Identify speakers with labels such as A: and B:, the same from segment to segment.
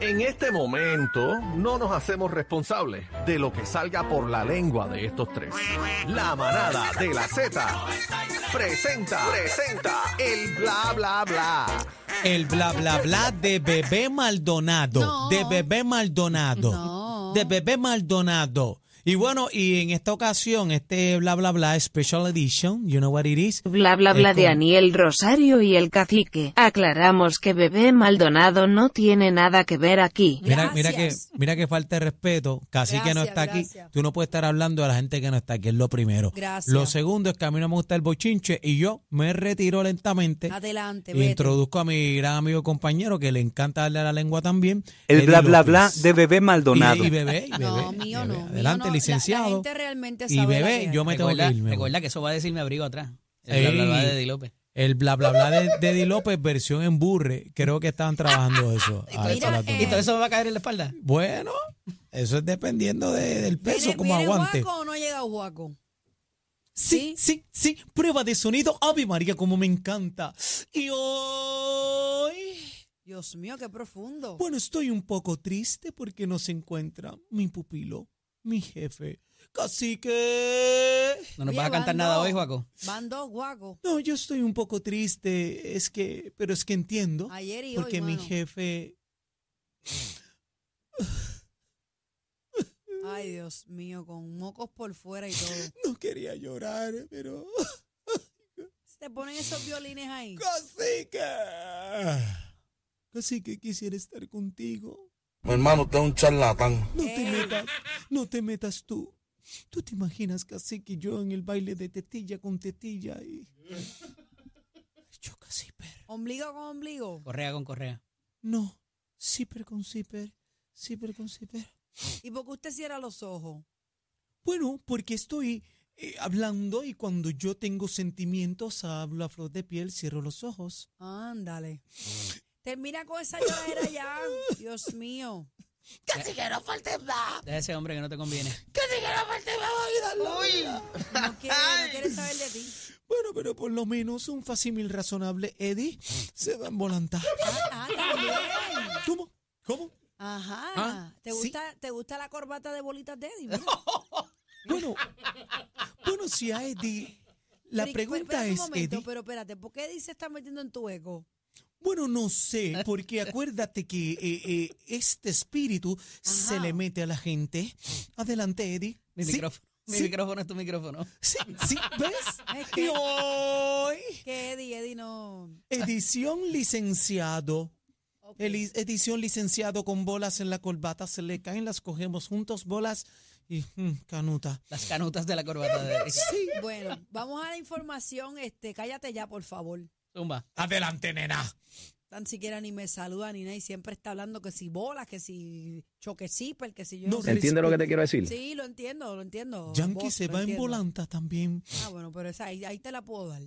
A: En este momento no nos hacemos responsables de lo que salga por la lengua de estos tres. La manada de la Z presenta, presenta el bla bla bla.
B: El bla bla bla de bebé Maldonado.
C: No.
B: De bebé Maldonado.
C: No.
B: De bebé Maldonado. Y bueno, y en esta ocasión, este bla bla bla es Special Edition, you know what it is.
D: Bla bla bla de
B: Esto.
D: Aniel Rosario y el cacique. Aclaramos que Bebé Maldonado no tiene nada que ver aquí.
B: Mira, mira que,
C: Gracias.
B: mira que falta de respeto, casi que no
C: Gracias,
B: está aquí.
C: gracias.
B: Tú no puedes estar hablando a la gente que no está aquí, es lo primero.
C: Gracias.
B: Lo segundo es que a mí no me gusta el bochinche y yo me retiro lentamente.
C: Adelante,
B: Y
C: vete.
B: introduzco a mi gran amigo compañero que le encanta darle a la lengua también.
E: El
B: Eddie
E: bla bla bla
B: López.
E: de bebé Maldonado.
B: Y, y bebé, y bebé.
C: No, mío
B: bebé.
C: no. mío
B: Adelante,
C: no. La-
B: licenciado.
C: La, gente realmente sabe
B: y
C: la
B: bebé,
C: que
B: yo me tengo que
F: Recuerda,
B: ir. me voy.
F: recuerda que eso va a decirme abrigo atrás. El bla, bla, bla de
B: Ey.
F: Di López.
B: El bla bla bla de, de Eddie López, versión en burre. Creo que estaban trabajando eso. a
C: Mira,
B: esa la
C: eh,
B: tumba.
F: ¿Y todo eso me va a caer en la espalda?
B: Bueno, eso es dependiendo de- del
C: ¿Viene-
B: peso, como
C: viene
B: aguante.
C: Guaco o no ha llegado Guaco?
B: Sí, sí, sí. Prueba de sonido. Ave María, como me encanta. Y hoy.
C: Dios mío, qué profundo.
B: Bueno, estoy un poco triste porque no se encuentra mi pupilo, mi jefe. Cacique.
F: No nos
C: Oye,
F: vas a cantar
C: van
F: nada
C: dos.
F: hoy, Juaco.
C: Van dos Guaco.
B: No, yo estoy un poco triste, es que, pero es que entiendo,
C: Ayer y
B: porque
C: hoy,
B: mi
C: mano.
B: jefe
C: Ay, Dios mío, con mocos por fuera y todo.
B: no quería llorar, pero
C: Se te ponen esos violines ahí.
B: cacique, cacique quisiera estar contigo.
G: Mi hermano, usted es un charlatán.
B: No te
C: Ey.
B: metas, no te metas tú. ¿Tú te imaginas, cacique, yo en el baile de tetilla con tetilla y yo casi pero
C: Ombligo con ombligo.
F: Correa con correa.
B: No, zipper con zipper, zipper con zipper.
C: ¿Y porque usted cierra los ojos?
B: Bueno, porque estoy eh, hablando y cuando yo tengo sentimientos hablo a flor de piel, cierro los ojos.
C: Ándale. Termina con esa lloradera ya. Dios mío.
F: Deja ese hombre que no te conviene.
C: No quiere, no quiere saber de ti.
B: Bueno, pero por lo menos un facímil razonable, Eddie, se va a volantar.
C: Ah, también.
B: ¿Cómo? ¿Cómo?
C: Ajá.
B: Ah,
C: ¿Te,
B: sí.
C: gusta, ¿Te gusta la corbata de bolitas de Eddie? Mira.
B: Bueno, bueno, si a Eddie... La
C: Pero-
B: pregunta
C: espérate un
B: es,
C: momento,
B: Eddie,
C: Pero espérate, ¿por qué Eddie se está metiendo en tu ego?
B: bueno, no sé, porque acuérdate que eh, eh, este espíritu se
C: Ajá.
B: le mete a la gente. Adelante, Eddie.
F: Mi
B: Sí,
F: micrófono. Mi
B: sí.
F: micrófono es tu micrófono.
B: Sí, sí, ¿ves?
C: Es
B: Y
C: que,
B: hoy,
C: que Eddie, Eddie no.
B: edición licenciado.
C: Ok.
B: Eli- Edición licenciado con bolas en la corbata, se le caen, las cogemos juntos, bolas y mm, canuta.
F: Las canutas de la corbata de
B: Sí.
C: Bueno, vamos a la información. Este, cállate ya, por favor.
F: Zumba.
B: Adelante, nena.
C: Tan siquiera ni me saluda ni nada y siempre está hablando que si bolas, que si choque zipper, que si yo.
B: No,
C: sé.
B: Entiende lo que te
G: quiero decir?
C: Sí, lo entiendo, lo entiendo.
B: Yankee
C: Vos,
B: se
C: lo
B: va en
C: entiendo.
B: volanta también.
C: Ah, bueno, pero esa, ahí, ahí te la puedo dar.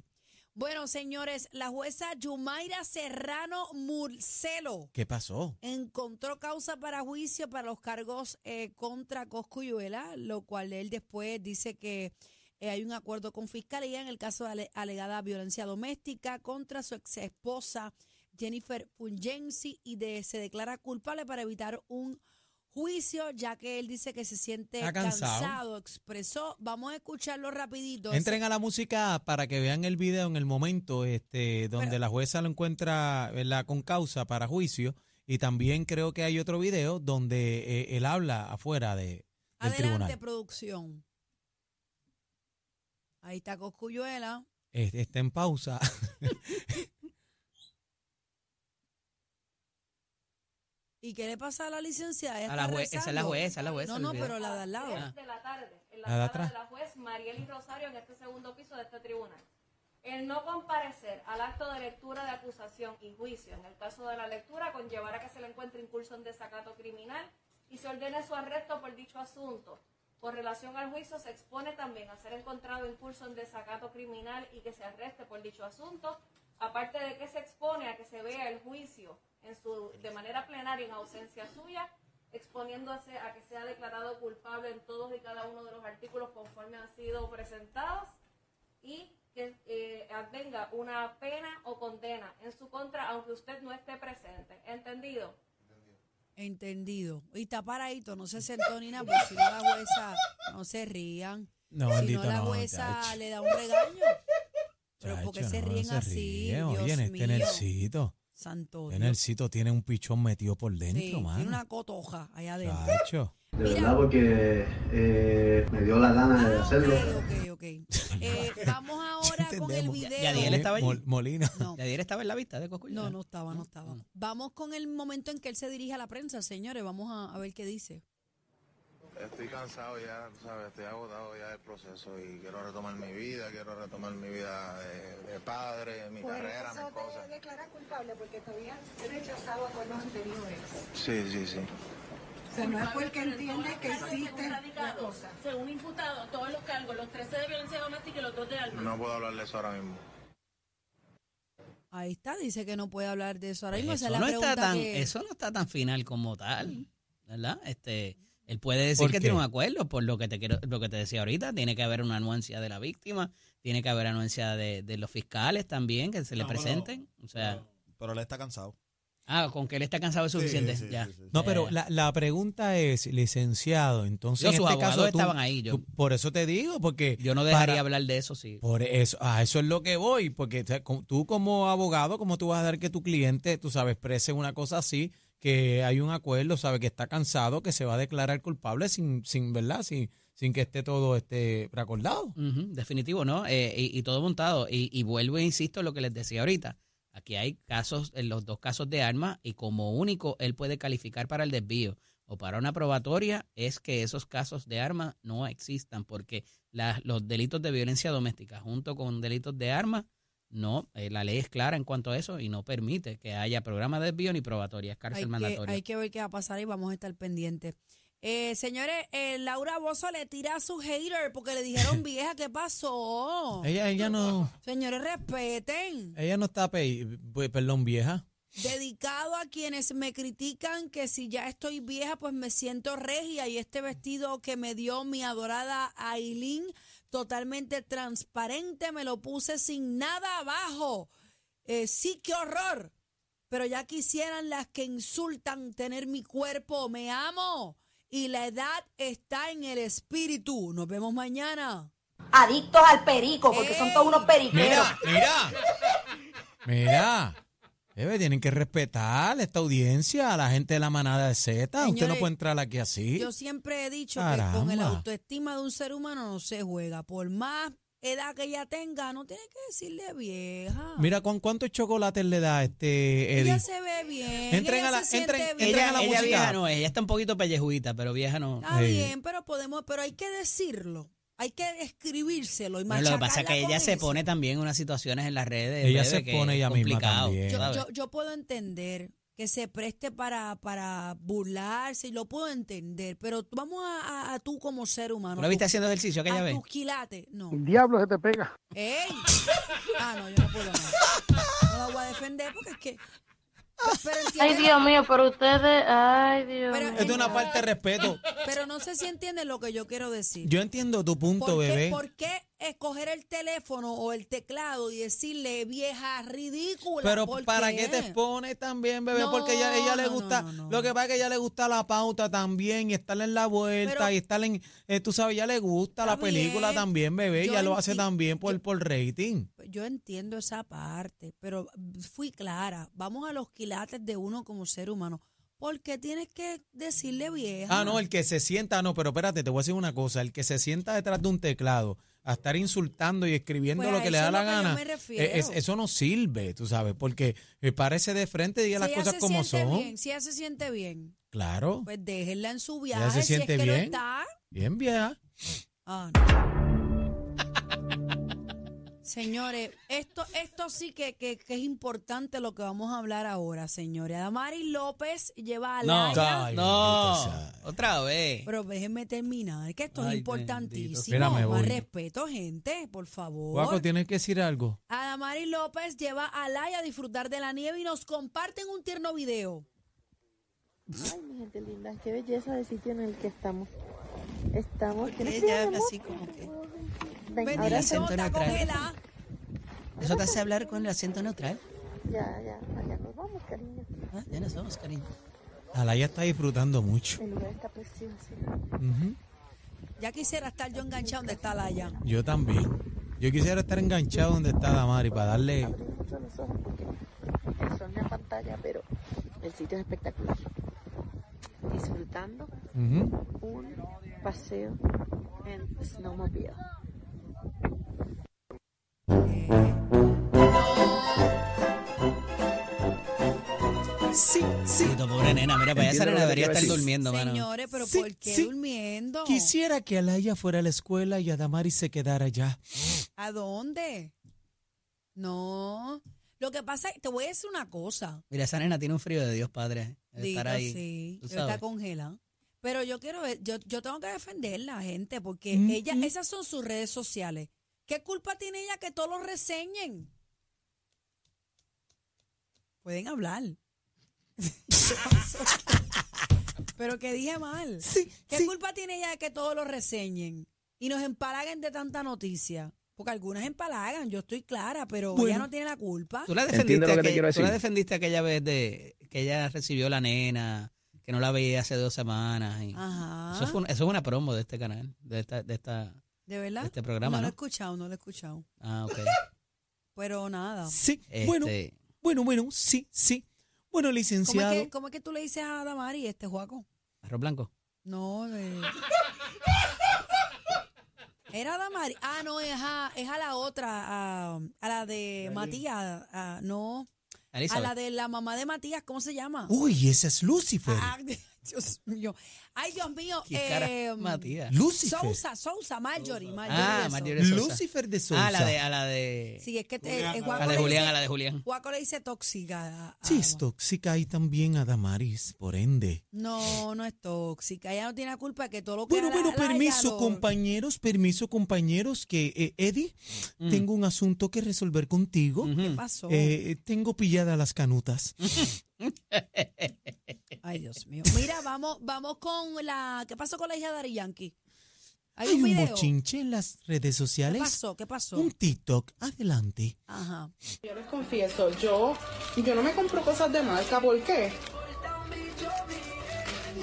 C: Bueno, señores, la jueza Yumaira Serrano Murcelo
B: ¿Qué pasó?
C: encontró causa para juicio para los cargos eh, contra Coscuyuela, lo cual él después dice que eh, hay un acuerdo con fiscalía en el caso de ale- alegada violencia doméstica contra su ex esposa Jennifer Pungensi y de, se declara culpable para evitar un juicio, ya que él dice que se siente
B: Está
C: cansado.
B: cansado.
C: expresó. Vamos a escucharlo rapidito.
B: Entren a la música para que vean el video en el momento este, donde
C: Pero-
B: la jueza lo encuentra ¿verdad? con causa para juicio. Y también creo que hay otro video donde eh, él habla afuera de, del
C: Adelante,
B: tribunal.
C: producción. Ahí está Coscuyuela.
B: Eh, Está en pausa.
C: ¿Y qué le pasa a la licenciada? Ella
F: A la
C: está
F: jue- esa es la
C: rezando.
F: jueza, es la jueza,
C: No, no,
F: olvídate.
C: pero la de al lado.
F: Ah.
H: de la tarde en la
B: La de
H: sala
B: atrás.
H: de la juez Marieli Rosario en este segundo piso de este tribunal. El no comparecer al acto de lectura de acusación y juicio en el caso de la lectura conllevará que se le encuentre incurso en desacato criminal y se ordene su arresto por dicho asunto. Con relación al juicio se expone también a ser encontrado incurso en desacato criminal y que se arreste por dicho asunto, aparte de que se expone a que se vea el juicio en su, de manera plenaria en ausencia suya exponiéndose a que sea declarado culpable en todos y cada uno de los artículos conforme han sido presentados y que eh, advenga una pena o condena en su contra aunque usted no esté presente. ¿Entendido?
C: Entendido. Y está paradito, no se sentó ni nada, porque si no la jueza, no se rían.
B: No,
C: si
B: bendito,
C: no la
B: no,
C: jueza
B: chacho.
C: le da un regaño. Pero
B: Chacho,
C: porque se
B: no,
C: ríen
B: se
C: así,
B: ríe,
C: Dios
B: oye, en este
C: mío.
B: Nelsito.
C: Santo
B: Este
C: Dios.
B: Nelsito tiene un pichón metido por
C: Sí,
B: dentro,
C: tiene
B: mano.
C: una cotoja allá adentro.
B: Chacho.
E: De
C: Mira.
E: verdad, porque eh, me dio la gana de
C: Ah,
E: hacerlo.
C: ok, ok, ok. Eh, vamos ahora con el
B: Entendemos.
C: video.
F: Yadiel estaba allí.
B: Mol- Molina.
C: No,
F: Yadier estaba en la vista de Coscuyo.
C: no, no estaba, no estaba.
F: Mm.
C: Vamos con el momento en que él se dirige a la prensa, señores. Vamos a, a ver qué dice.
I: Estoy cansado ya, tú ¿sabes? Estoy agotado ya del proceso y quiero retomar mi vida, quiero retomar mi vida de, de padre, mi carrera, mis cosas.
J: declarar culpable porque te habían rechazado acuerdos anteriores.
I: Sí, sí, sí.
J: O sea, no es porque entiendes que hiciste la
H: radicado,
J: cosa.
H: según imputado, todos los cargos, los 13 de violencia doméstica y los 2 de armas.
I: No puedo hablarles ahora mismo.
C: Ahí está, dice que no puede hablar de eso ahora
F: Pues
C: mismo. Esa
F: eso,
C: es la
F: no
C: pregunta
F: está tan,
C: que-
F: eso no está tan final como tal, ¿verdad? Este, él puede decir
B: ¿Por
F: que
B: qué?
F: tiene un acuerdo por lo que te quiero, lo que te decía ahorita, tiene que haber una anuencia de la víctima, tiene que haber anuencia de, de los fiscales también que se le
K: No, pero-
F: presenten, o sea,
K: Pero él está cansado.
F: ah, con que él está cansado es suficiente,
K: Sí, sí,
F: ya.
K: sí, sí, sí.
F: Eh,
B: No, pero la, la pregunta es, licenciado, entonces
F: yo,
B: en
F: sus
B: este
F: abogados
B: caso tú-
F: estaban ahí, yo,
B: tú- por eso te digo, porque
F: yo no dejaría
B: para-
F: hablar de eso, sí.
B: Por eso, a eso es lo que voy, porque o sea, co- tú como abogado, ¿cómo tú vas a dar que tu cliente, tú sabes, exprese una cosa así, que hay un acuerdo, sabe que está cansado, que se va a declarar culpable sin, sin ¿verdad? Sin, sin que esté todo este recordado.
F: Ujú, definitivo, ¿no? Eh, y, y todo montado. Y, y vuelvo e insisto en lo que les decía ahorita. Aquí hay casos, en los dos casos de armas, y como único él puede calificar para el desvío o para una probatoria, es que esos casos de armas no existan, porque las- los delitos de violencia doméstica junto con delitos de armas, no, eh, la ley es clara en cuanto a eso y no permite que haya programa de desvío ni probatoria, es
C: hay,
F: cárcel
C: que,
F: mandatoria.
C: hay que ver qué va a pasar y vamos a estar pendientes. Eh, señores, eh, Laura Bozo le tira a su hater porque le dijeron vieja, ¿qué pasó?
B: Ella, ella no,
C: Señores, respeten.
B: ella no está, pe- pues, perdón, vieja.
C: Dedicado a quienes me critican que si ya estoy vieja, pues me siento regia y este vestido que me dio mi adorada Aileen, totalmente transparente, me lo puse sin nada abajo. Eh, sí, qué horror. Pero ya quisieran las que insultan tener mi cuerpo, me amo. Y la edad está en el espíritu. Nos vemos mañana.
J: Adictos al perico, porque son todos unos
C: Ey.
J: periqueros.
B: Mira, mira, mira. Bebe, tienen que respetar esta audiencia, a la gente de la manada de Z. Usted no
C: Señores,
B: puede entrar aquí así.
C: Yo siempre he dicho que con
B: Caramba.
C: el autoestima de un ser humano no se juega. Por más edad que ella tenga, no tiene que decirle vieja.
B: Mira, ¿con cuántos chocolates le da este Eddie?
C: ella se ve bien.
B: Entren
C: ella
B: a la-
C: se siente
B: entren-
C: bien.
B: entren a
F: ella,
B: la
F: ella
B: música.
F: vieja no es, ella está un poquito pellejuita, pero vieja no.
C: Está
B: Ey.
C: bien, pero podemos, pero hay que decirlo. Hay que escribírselo y
F: Bueno, lo que pasa es que
C: machacarla
F: ella
C: con
F: se
C: eso.
F: pone también en unas situaciones en las redes.
B: Ella
F: breve,
B: se
F: que
B: pone
F: es
B: ella misma
F: complicado,
B: también.
F: tú
C: Yo,
F: sabes.
C: yo, yo puedo entender que se preste para, para burlarse y lo puedo entender, pero tú- vamos a, a- a tú como ser humano.
F: ¿Tú la viste
C: tú-
F: haciendo ejercicio aquella
C: a
F: vez?
C: tus quilates. No.
E: Diablo, se te pega.
C: ¡Ey! Ah, no, yo no puedo. No, No la voy a defender porque es que. Pero,
D: Ay,
C: entiende-
D: Dios mío, por ustedes, ay, Dios
C: Pero-
D: mío.
B: Es de una falta de respeto.
C: pero no sé si entiende lo que yo quiero decir.
B: Yo entiendo tu punto,
C: ¿Por qué,
B: bebé.
C: por qué escoger el teléfono o el teclado y decirle vieja ridícula?
B: Pero
C: ¿Por
B: para qué te expones también, bebé, porque ella, ella le
C: No, no,
B: gusta,
C: no, no.
B: lo que pasa es que ella le gusta la pauta también y estar en la vuelta
C: Pero-
B: y estar en, eh, tú sabes, ya le gusta la
C: Está
B: película
C: bien.
B: también, bebé,
C: Yo
B: ya lo hace
C: enti-
B: también por,
C: yo-
B: por rating.
C: Yo entiendo esa parte, pero fui clara. Vamos a los quilates de uno como ser humano. ¿Por qué tienes que decirle vieja?
B: Ah, no, el que se sienta, no, pero espérate, te voy a decir una cosa, el que se sienta detrás de un teclado a estar insultando y escribiendo
C: Pues a
B: lo que le
C: eso
B: da
C: es
B: la
C: lo que yo
B: gana,
C: me
B: eh,
C: refiero.
B: es- eso no sirve, tú sabes, porque eh, parece de frente y diga
C: Si
B: las
C: ella
B: cosas
C: se
B: como
C: siente
B: son.
C: bien, si ella se siente bien,
B: Claro,
C: pues déjenla en su
B: Ella
C: viaje.
B: se
C: si
B: siente
C: es que lo
B: bien.
C: está.
B: bien vieja.
C: Ah, no. Señores, esto, esto sí que, que- que es importante lo que vamos a hablar ahora, señores. Adamari López lleva a
F: No,
C: Laia.
B: Ay,
F: no,
B: maldita sea.
F: otra vez.
C: Pero déjenme terminar, es que esto es
F: Ay, bendito.
C: importantísimo.
B: Mira, me
C: Más
B: voy.
C: respeto, gente, por
B: Guaco,
C: favor.
B: tienes que decir algo.
C: Adamari López lleva a Laia a disfrutar de la nieve y nos comparten un tierno video.
J: Ay, mi gente linda, qué belleza de sitio en el que estamos. Estamos.
F: Ella habla así como que.
C: Bendición,
F: acento
C: está con
F: neutral.
C: él, ah.
F: Eso te hace hablar con el acento neutral.
J: Ya, ya, allá nos vamos, cariño.
F: Ah, Ya no somos, cariño.
B: Alaya está disfrutando mucho.
J: El lugar está precioso.
B: Ujú.
C: Ya quisiera estar yo enganchado donde está Alaya.
B: Yo también. Yo quisiera estar enganchado donde está Damari para darle.
J: Abrí mucho los ojos porque el sol me pantalla, pero el sitio es espectacular. Disfrutando
B: Ujú.
J: un paseo en snowmobile.
B: Sí, sí.
F: Y tu pobre nena, mira, para allá esa
K: Entiendo lo
F: nena
K: que te iba
F: debería
K: a
F: estar
K: decir.
F: durmiendo, mano.
C: Señores, pero
B: Sí,
C: ¿por qué
B: sí.
C: durmiendo?
B: Quisiera que Alaya fuera a la escuela y Adamari se quedara allá.
C: ¿A dónde? No. Lo que pasa, te voy a decir una cosa.
F: Mira, esa nena tiene un frío de Dios, padre. de
C: Dilo,
F: Estar ahí.
C: sí,
F: tú
C: está
F: sabes.
C: congelada. Pero yo quiero ver, yo, yo tengo que defenderla, gente, porque
B: Mm,
C: ella,
B: mm.
C: esas son sus redes sociales. ¿Qué culpa tiene ella que todos los reseñen? Pueden hablar. ¿Qué pasó aquí? Pero que dije mal.
B: Sí,
C: ¿Qué
B: sí.
C: culpa tiene ella de que todos los reseñen y nos empalaguen de tanta noticia? Porque algunas empalagan, yo estoy clara, pero
B: Bueno.
C: ella no tiene la culpa.
F: Tú la
K: Entiendo lo
F: defendiste,
K: que te
F: aquella,
K: quiero
F: tú la
K: decir.
F: defendiste aquella vez de que ella recibió la nena, que no la veía hace dos semanas. y-
C: Ajá.
F: Eso, fue un- eso es una promo de este canal, de esta, de esta,
C: ¿De
F: de
C: verdad?
F: este
C: no
F: programa,
C: lo he
F: ¿no?
C: escuchado, no lo he escuchado.
F: Ah, ok.
C: Pero nada.
B: Sí, bueno,
F: Este,
B: bueno, bueno, sí, sí. Bueno,
C: ¿Cómo es,
B: licenciado.
C: que, cómo es que tú le dices a Damari este Juaco?
F: arroz blanco.
C: No, de... Era Damari. Ah, no, es a, es a la otra, a, a la de Matías. a- no, a
F: Elizabeth.
C: la de la mamá de Matías, ¿cómo se llama?
F: Uh,
B: Uy, esa es Lucifer.
C: Ah, Dios mío. Ay, Dios mío.
F: ¿Qué cara,
C: eh,
F: Matías?
B: Lucifer.
C: Sousa, Sousa, Marjorie. Marjorie
F: Ah,
C: de
F: Marjorie
C: Sousa.
F: de Sousa.
B: Lucifer de Sousa.
F: Ah, la de, a la de,
C: Sí, es que te, eh, Juaco
F: a la de
C: le
F: Julián,
C: dice-
F: a la de Julián.
C: Juaco le dice tóxica. a- a-
B: Sí, es tóxica y también a Damaris, por ende.
C: No, no es tóxica. Ella no tiene la culpa que todo lo que
B: Bueno,
C: haga
B: bueno,
C: la- la
B: permiso,
C: haya, lo-
B: compañeros, permiso, compañeros, que eh, Eddie, tengo un asunto que resolver contigo.
F: Mm. Ujú.
C: pasó.
B: Eh, tengo pillada las canutas.
C: Ay, Dios mío. Mira, vamos, vamos con la. ¿Qué pasó con la hija de Ari Yankee? Hay,
B: Hay
C: un
B: un
C: video.
B: bochinche en las redes
C: ¿Qué
B: sociales.
C: pasó? ¿Qué pasó?
B: Un TikTok. Adelante.
C: Ajá.
L: Yo les confieso, yo, yo no me compro cosas de marca, ¿por qué?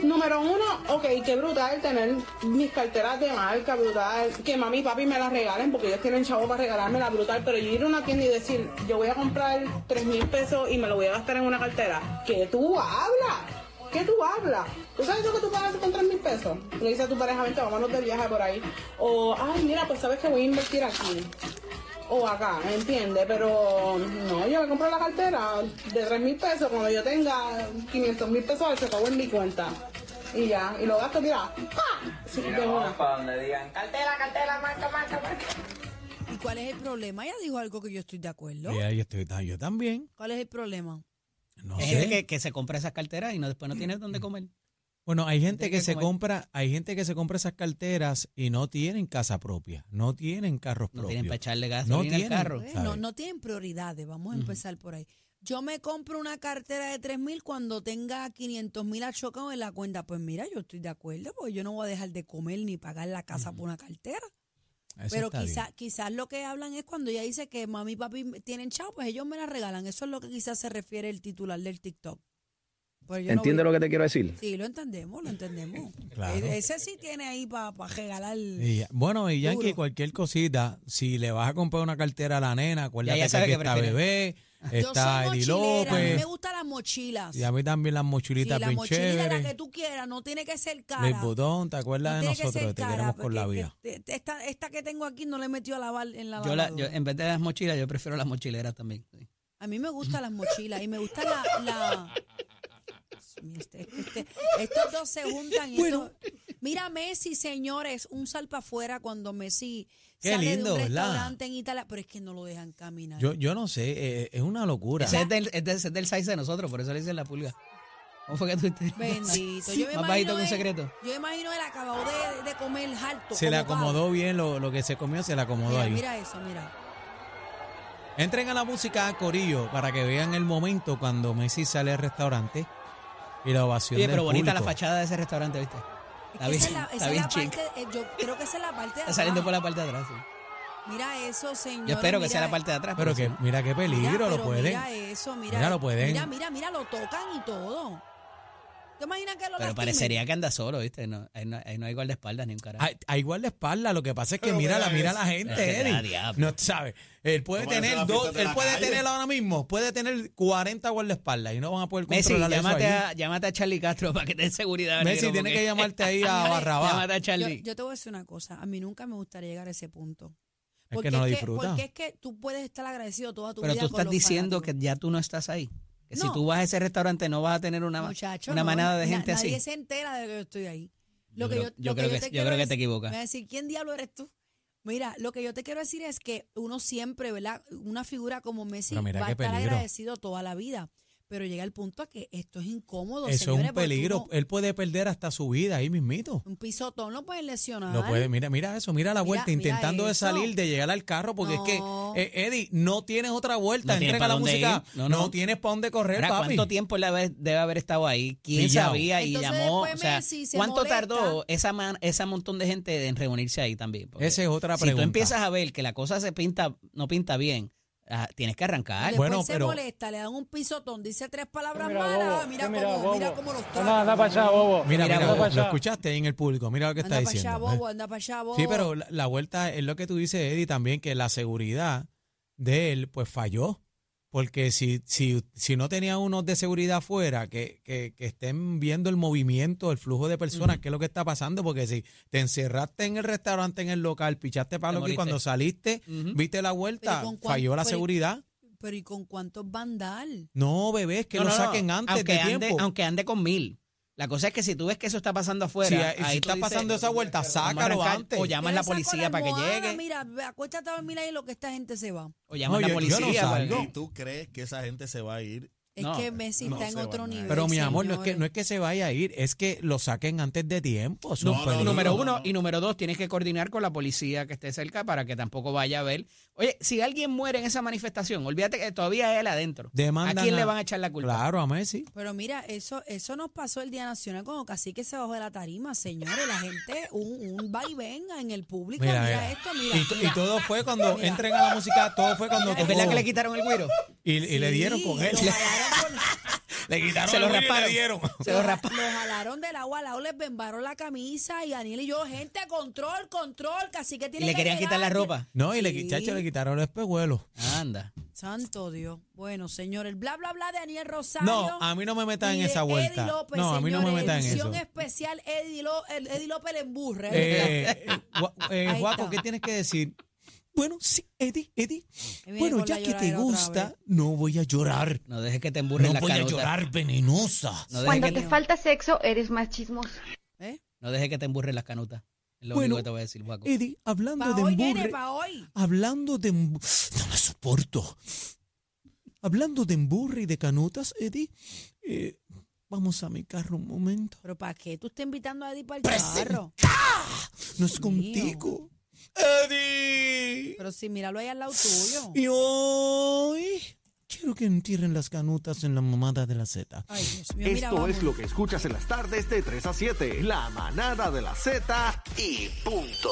L: Número uno, ok, qué brutal tener mis carteras de marca, brutal, que mami y papi me las regalen, porque ellos tienen chavo para regalarme la brutal, pero yo ir a una tienda y decir, yo voy a comprar tres mil pesos y me lo voy a gastar en una cartera, ¿qué tú hablas? ¿Qué tú hablas? ¿Tú sabes lo que tú pagas con 3 mil pesos? Le dices a tu pareja, vente, vámonos de viaje por ahí. O, ay, mira, pues sabes que voy a invertir aquí o acá, ¿me entiendes? Pero no, yo me compro la cartera de 3 mil pesos cuando yo tenga 500 mil pesos, se acabó en mi cuenta. Y ya, y lo gasto, mira, ¡pa! Sí, de una.
C: ¿Y cuál es el problema? Ella dijo algo que yo estoy de acuerdo.
B: Eh, ahí estoy, ah, yo también.
C: ¿Cuál es el problema? Eh,
B: No
F: Es
B: sé.
F: el que, que se compra esas carteras y no después no tienes
B: Mm.
F: dónde comer.
B: Bueno, hay gente
F: Tiene
B: que
F: que
B: se
F: comer.
B: compra, hay gente que se compra esas carteras y no tienen casa propia, no tienen carros
F: No
B: propios.
F: tienen para echarle gas
B: No
F: no al
B: tienen.
F: carro.
C: Pues,
B: ¿sabe?
C: no, no tienen prioridades. Vamos a empezar por ahí. Yo me compro una cartera de 3 mil cuando tenga 500 mil achocados en la cuenta. Pues mira, yo estoy de acuerdo, porque yo no voy a dejar de comer ni pagar la casa por una cartera.
B: Eso
C: Pero
B: está bien.
C: quizás quizás lo que hablan es cuando ella dice que mami y papi tienen chao, pues ellos me la regalan. Eso es lo que quizás se refiere el titular del TikTok. Pero yo no
K: Entiende
C: voy-
K: lo que te quiero decir.
C: Sí, lo entendemos, lo entendemos.
B: Claro.
C: E- Ese sí tiene ahí para regalar.
B: Y ya- bueno, y Yankee,
C: Duro.
B: cualquier cosita, si le vas a comprar una cartera a la nena, acuérdate
F: Ya ella
B: que
F: sabe
B: aquí
F: que
B: está
F: prefiere.
B: Bebé,
C: Yo soy
B: está Eddie
C: mochilera, a mí me
B: López,
C: gustan las mochilas.
B: y a mí también las
C: Sí,
B: mochilitas
C: la
B: bien
C: mochilita, la que
B: chéveres.
C: tú quieras, no tiene que ser cara.
B: Luis Botón, ¿te
C: No
B: acuerdas de
C: tiene que
B: nosotros?
C: ser
B: que te
C: cara,
B: queremos con
C: porque
B: la
C: es que
B: vida.
C: te- te- Esta, esta que tengo aquí no le he metido a lavar en la
F: Yo, la- yo,
C: lavadora.
F: en vez de las mochilas, yo prefiero las mochileras también. sí.
C: A mí me gustan las mochilas y me gusta la... la- Dios mío, este- este- estos dos se juntan. y esto- Mira Messi, señores, un sal para afuera cuando Messi
B: Qué
C: sale de
B: lindo,
C: un
B: ¿verdad?
C: restaurante en Italia, pero es que no lo dejan caminar.
B: Yo, yo no sé, eh, es una locura.
F: Ese es del, es del- ese es del size de nosotros, por eso le dicen la pulga. ¿Cómo fue que tú te-
C: Bendito.
F: Sí,
C: yo me
F: Más
C: imagino
F: bajito que un
C: él-
F: secreto.
C: Yo me imagino él acabado de, de comer harto.
B: se le
C: como
B: acomodó bien lo, lo que se comió, se le
C: pavo.
B: acomodó
C: Mira,
B: ahí.
C: mira eso, mira.
B: Entren a la música Corillo para que vean el momento cuando Messi sale al restaurante y la ovación
F: Oye,
B: del
F: pero bonita la
B: público.
F: fachada de ese restaurante, ¿viste?
C: Es
F: Está
C: que
F: bien,
C: esa es la, esa
F: está
C: es
F: bien
C: la
F: chic.
C: parte, eh, yo creo que esa es la parte de
F: Está saliendo por
C: abajo.
F: la parte de atrás. sí.
C: Mira eso, señor.
F: Yo espero que sea la parte de atrás.
B: Pero
F: porque
B: que
F: si no-
B: mira qué peligro lo pueden.
C: Mira eso, mira.
B: Mira, lo pueden.
C: Mira, mira, mira, lo tocan y todo. ¿Te imaginas que lo
F: Pero
C: lastimen?
F: parecería que anda solo, ¿viste? No, ahí, no, ahí no hay guardaespaldas ni un carajo.
B: Hay, hay guardaespaldas, lo que pasa es que
F: Pero
B: mira, la, mira
F: mira
B: la
F: eso. Es que
B: gente,
F: da
B: Eddie.
F: diablo.
B: No sabes. Él puede
F: Como parece
B: tener
F: la
B: dos,
F: fiesta de
B: él
F: la
B: puede
F: calle.
B: tener ahora mismo, puede tener 40 guardaespaldas y no van a poder
F: Messi,
B: controlar eso
F: llámate
B: ahí.
F: a, llámate a Charlie Castro para que te dé seguridad.
B: Messi,
F: negro,
B: tiene
F: porque-
B: que llamarte ahí a
C: Señores,
B: Barrabás.
F: Llámate a Charlie.
C: Yo, yo te voy a decir una cosa, a mí nunca me gustaría llegar a ese punto.
F: que no lo disfruta.
C: Porque es que tú puedes estar agradecido toda tu
F: Pero
C: vida.
F: tú
C: con
F: estás
C: los
F: diciendo
C: fanáticos.
F: que ya tú no estás ahí. Que si
C: No.
F: tú vas a ese restaurante no vas a tener una,
C: Muchacho,
F: una
C: no,
F: manada de
C: na-
F: gente así.
C: Nadie se entera de que yo estoy ahí. Lo
F: Yo
C: que
F: creo-
C: yo,
F: yo
C: lo
F: creo que-
C: te
F: yo
C: quiero
F: creo que te
C: decir-
F: equivocas.
C: Me va a decir, ¿quién diablo eres tú? Mira, lo que yo te quiero decir es que uno siempre, ¿verdad? Una figura como Messi
B: Pero
C: va a
B: mira qué
C: estar
B: peligro.
C: agradecido toda la vida. Pero llega el punto a que esto es incómodo,
B: Eso es
C: señores, pues,
B: un
C: porque
B: peligro.
C: uno-
B: Él puede perder hasta su vida ahí mismito.
C: un pisotón lo puedes lesionar.
B: Lo puede, mira, mira eso, mira la
C: Mira-
B: vuelta,
C: mira
B: intentando de
C: eso.
B: salir, de llegar al carro, porque
C: No.
B: es que, eh, Eddie, no tienes otra vuelta,
F: No tienes
B: entrega
F: pa'
B: la
F: dónde
B: música,
F: ir.
B: no,
F: No, no.
B: tienes para dónde correr,
F: Ahora,
B: papi.
F: ¿Cuánto tiempo él debe, debe haber estado ahí? ¿Quién
B: Pillado.
F: sabía? Y
C: Entonces,
F: llamó.
C: después
F: o sea,
C: Messi se
F: ¿Cuánto
C: molesta.
F: tardó esa, man- esa montón de gente en reunirse ahí también? Porque
B: Esa es otra
F: si
B: pregunta.
F: tú empiezas a ver que la cosa se pinta, no pinta bien, ah, tienes que arrancar.
C: Después
B: Bueno,
C: se
B: pero-
C: molesta, le dan un pisotón, dice tres palabras
E: Mira,
C: malas,
E: bobo, eh,
C: ah, mira,
E: mira,
C: cómo, mira
E: bobo.
C: cómo los
E: Anda, anda para allá, bobo.
B: Mira, mira,
E: anda
B: lo,
E: para allá.
B: escuchaste ahí en el público, mira lo que
C: Anda
B: está
C: para allá,
B: diciendo. eh.
C: bobo, anda para allá, bobo.
B: Sí,
F: Oh.
B: pero la, la vuelta es lo que tú dices, Eddie, también que la seguridad de él, pues falló. Porque si, si, si no tenía unos de seguridad afuera que, que, que estén viendo el movimiento, el flujo de personas, qué es lo que está pasando, porque si te encerraste en el restaurante, en el local, pichaste palo y
F: moriste.
B: cuando saliste,
F: Ujú.
B: viste la
C: Pero
B: vuelta,
C: con cuán-
B: falló la
C: pero-
B: seguridad.
C: Pero ¿y con cuántos vandal?
B: No, bebés, que
F: No,
B: lo
F: no, no.
B: saquen antes
F: aunque
B: de
F: ande,
B: tiempo.
F: Aunque ande con mil. La cosa es que si tú ves que eso está
B: si,
F: pasando afuera,
B: si
F: ahí tú
B: está
F: dices,
B: pasando esa vuelta,
F: vamos a
B: sácalo
F: arrancar,
B: antes.
F: O llamas a la
C: Yo le saco
F: policía para que
C: almohada,
F: llegue,
C: Mira, ve, acuéstate a dormir ahí lo que esta gente se va.
F: o llamas
B: No,
F: a la
B: yo- yo no
F: policía. para-
B: salgo.
K: ¿Y tú crees que esa gente se va a ir?
C: Es
F: No,
C: que Messi
K: no
C: está en
K: se
C: otro
K: van a ir.
C: nivel.
B: Pero mi amor, no es, que,
C: señores.
B: no es que se vaya a ir, es que lo saquen antes de tiempo. eso es un
K: No, no,
B: peligro.
F: Número
K: no,
F: uno.
K: no.
F: Y número dos, tienes que coordinar con la policía que esté cerca para que tampoco vaya a ver. Oye, si alguien muere en esa manifestación, olvídate que todavía él adentro.
B: Demandan
F: ¿A quién
B: a-
F: le van a echar la culpa?
B: Claro, a Messi.
C: Pero mira, eso eso nos pasó el Día Nacional cuando Cacique se bajó de la tarima, señores. La gente, un, un va y venga en el público. Mira, esto, mira.
B: Y, to- y
C: mira.
B: todo fue cuando
C: Mira.
B: entren a la música, todo fue cuando
F: ¿Es
B: tocó.
F: verdad que le quitaron el güiro?
B: y, y le dieron con
C: Sí,
B: él.
C: lo jalaron por-
B: Le quitaron
F: Se lo
B: el güiro y
F: rasparon.
B: le dieron.
F: Se lo raspa-
C: Lo jalaron del agua al lado, les bembaron la camisa y Daniel y yo, gente, control, control, casi que
F: Y
C: tiene
F: le
C: que
F: querían
C: llegar
F: quitar la
C: alguien".
F: ropa.
B: No, y le,
C: Sí.
B: qui- chacho, le quitaron los espejuelos.
F: Anda.
C: Santo Dios. Bueno, señores, bla, bla, bla de Daniel Rosario.
B: No, a mí no me metan en
C: y de
B: esa vuelta.
C: Eddie López,
B: No, a mí no me
C: señores,
B: metan en
C: edición
B: eso.
C: especial Eddie, Lo- el- Eddie López le emburre. ¿verdad?
B: Eh, eh, gua- eh,
C: Ahí
B: guapo,
C: está.
B: ¿qué tienes que decir? Bueno, sí, Eddie, Eddie.
C: Ahí viene
B: Bueno,
C: con
B: ya
C: la
B: que te
C: lloradera otra
B: gusta,
C: vez.
B: no voy a llorar.
F: No dejes que te emburren
B: No
F: la
B: voy a
F: carota.
B: llorar, venenosa.
F: No dejes
M: Cuando
F: que,
M: te falta sexo, eres más chismoso.
C: ¿Eh?
F: no dejes que te emburren las canutas. Es lo
B: Bueno,
F: único que te voy a decir, Guaco.
B: Eddie, hablando
C: Pa'
B: de
C: hoy,
B: emburre.
C: nene, pa' hoy.
B: Hablando de... embu- No la soporto. Hablando de emburre y de canutas, Eddie, eh, vamos a mi carro un momento.
C: Pero ¿para qué tú estás invitando a Eddie para el carro?
B: No es
C: Mío.
B: contigo. Eddie.
C: Pero si míralo ahí al lado tuyo.
B: Y hoy quiero que entierren las canutas en la mamada de la Z.
C: Ay, Dios mío, mira,
A: Esto es
C: vamos.
A: lo que escuchas en las tardes de 3 a 7. La manada de la Z y punto.